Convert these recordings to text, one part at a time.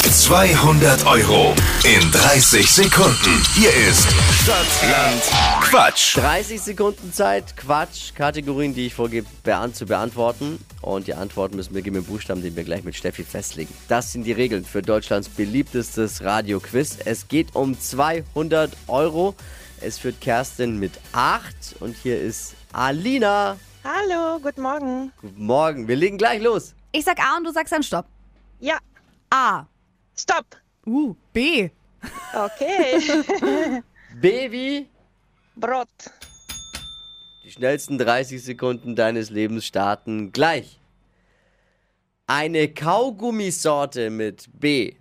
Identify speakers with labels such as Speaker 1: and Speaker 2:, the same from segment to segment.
Speaker 1: 200 Euro in 30 Sekunden. Hier ist Stadtland Quatsch.
Speaker 2: 30 Sekunden Zeit, Quatsch, Kategorien, die ich vorgebe, beant zu beantworten. Und die Antworten müssen wir geben im Buchstaben, den wir gleich mit Steffi festlegen. Das sind die Regeln für Deutschlands beliebtestes Radioquiz. Es geht um 200 Euro. Es führt Kerstin mit 8 und hier ist Alina.
Speaker 3: Hallo, guten Morgen.
Speaker 2: Guten Morgen, wir legen gleich los.
Speaker 4: Ich sag A und du sagst dann Stopp.
Speaker 3: Ja,
Speaker 4: A.
Speaker 3: stopp.
Speaker 4: U. B.
Speaker 3: Okay.
Speaker 2: Baby,
Speaker 3: Brot.
Speaker 2: die schnellsten 30 Sekunden deines Lebens starten gleich. Eine Kaugummisorte mit B.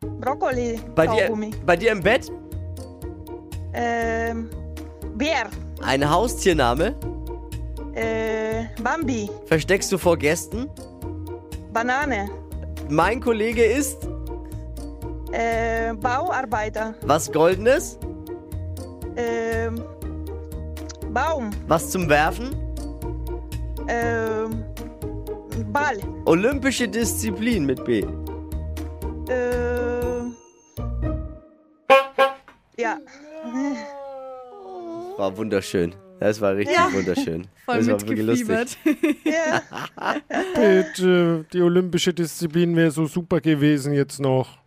Speaker 3: Brokkoli.
Speaker 2: Bei dir,
Speaker 3: Kaugummi.
Speaker 2: bei dir im Bett?
Speaker 3: Ähm, Bär.
Speaker 2: Ein Haustiername?
Speaker 3: Äh, Bambi.
Speaker 2: Versteckst du vor Gästen?
Speaker 3: Banane.
Speaker 2: Mein Kollege ist
Speaker 3: Äh, Bauarbeiter.
Speaker 2: was Goldenes,
Speaker 3: Ähm, Baum.
Speaker 2: was zum Werfen,
Speaker 3: Ähm, Ball.
Speaker 2: olympische Disziplin mit B.
Speaker 3: Ähm, ja.
Speaker 2: War wunderschön. Das war richtig
Speaker 4: Ja.
Speaker 2: wunderschön.
Speaker 4: Voll
Speaker 2: das war wirklich
Speaker 4: mitgefiebert.
Speaker 2: lustig.
Speaker 3: ja.
Speaker 5: Bitte, die olympische Disziplin wäre so super gewesen jetzt noch.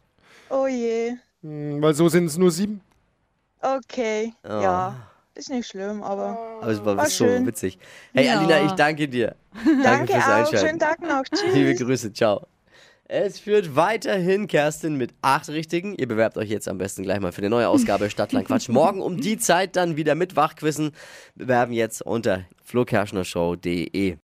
Speaker 3: Oh je.
Speaker 5: Hm, Weil so sind es nur sieben.
Speaker 3: Okay.
Speaker 2: Oh.
Speaker 3: Ja. Ist nicht schlimm, aber.
Speaker 2: Aber es war,
Speaker 3: War
Speaker 2: so
Speaker 3: schön.
Speaker 2: witzig. Hey
Speaker 4: Ja.
Speaker 2: Alina, ich danke dir. Danke, fürs
Speaker 3: auch.
Speaker 2: Einschalten.
Speaker 3: Schönen Tag noch. Tschüss.
Speaker 2: Liebe Grüße, ciao. Es führt weiterhin Kerstin mit acht Richtigen. Ihr bewerbt euch jetzt am besten gleich mal für eine neue Ausgabe Stadtland Quatsch. Morgen um die Zeit dann wieder mit Wachquissen. Bewerben jetzt unter flokerschnershow.de.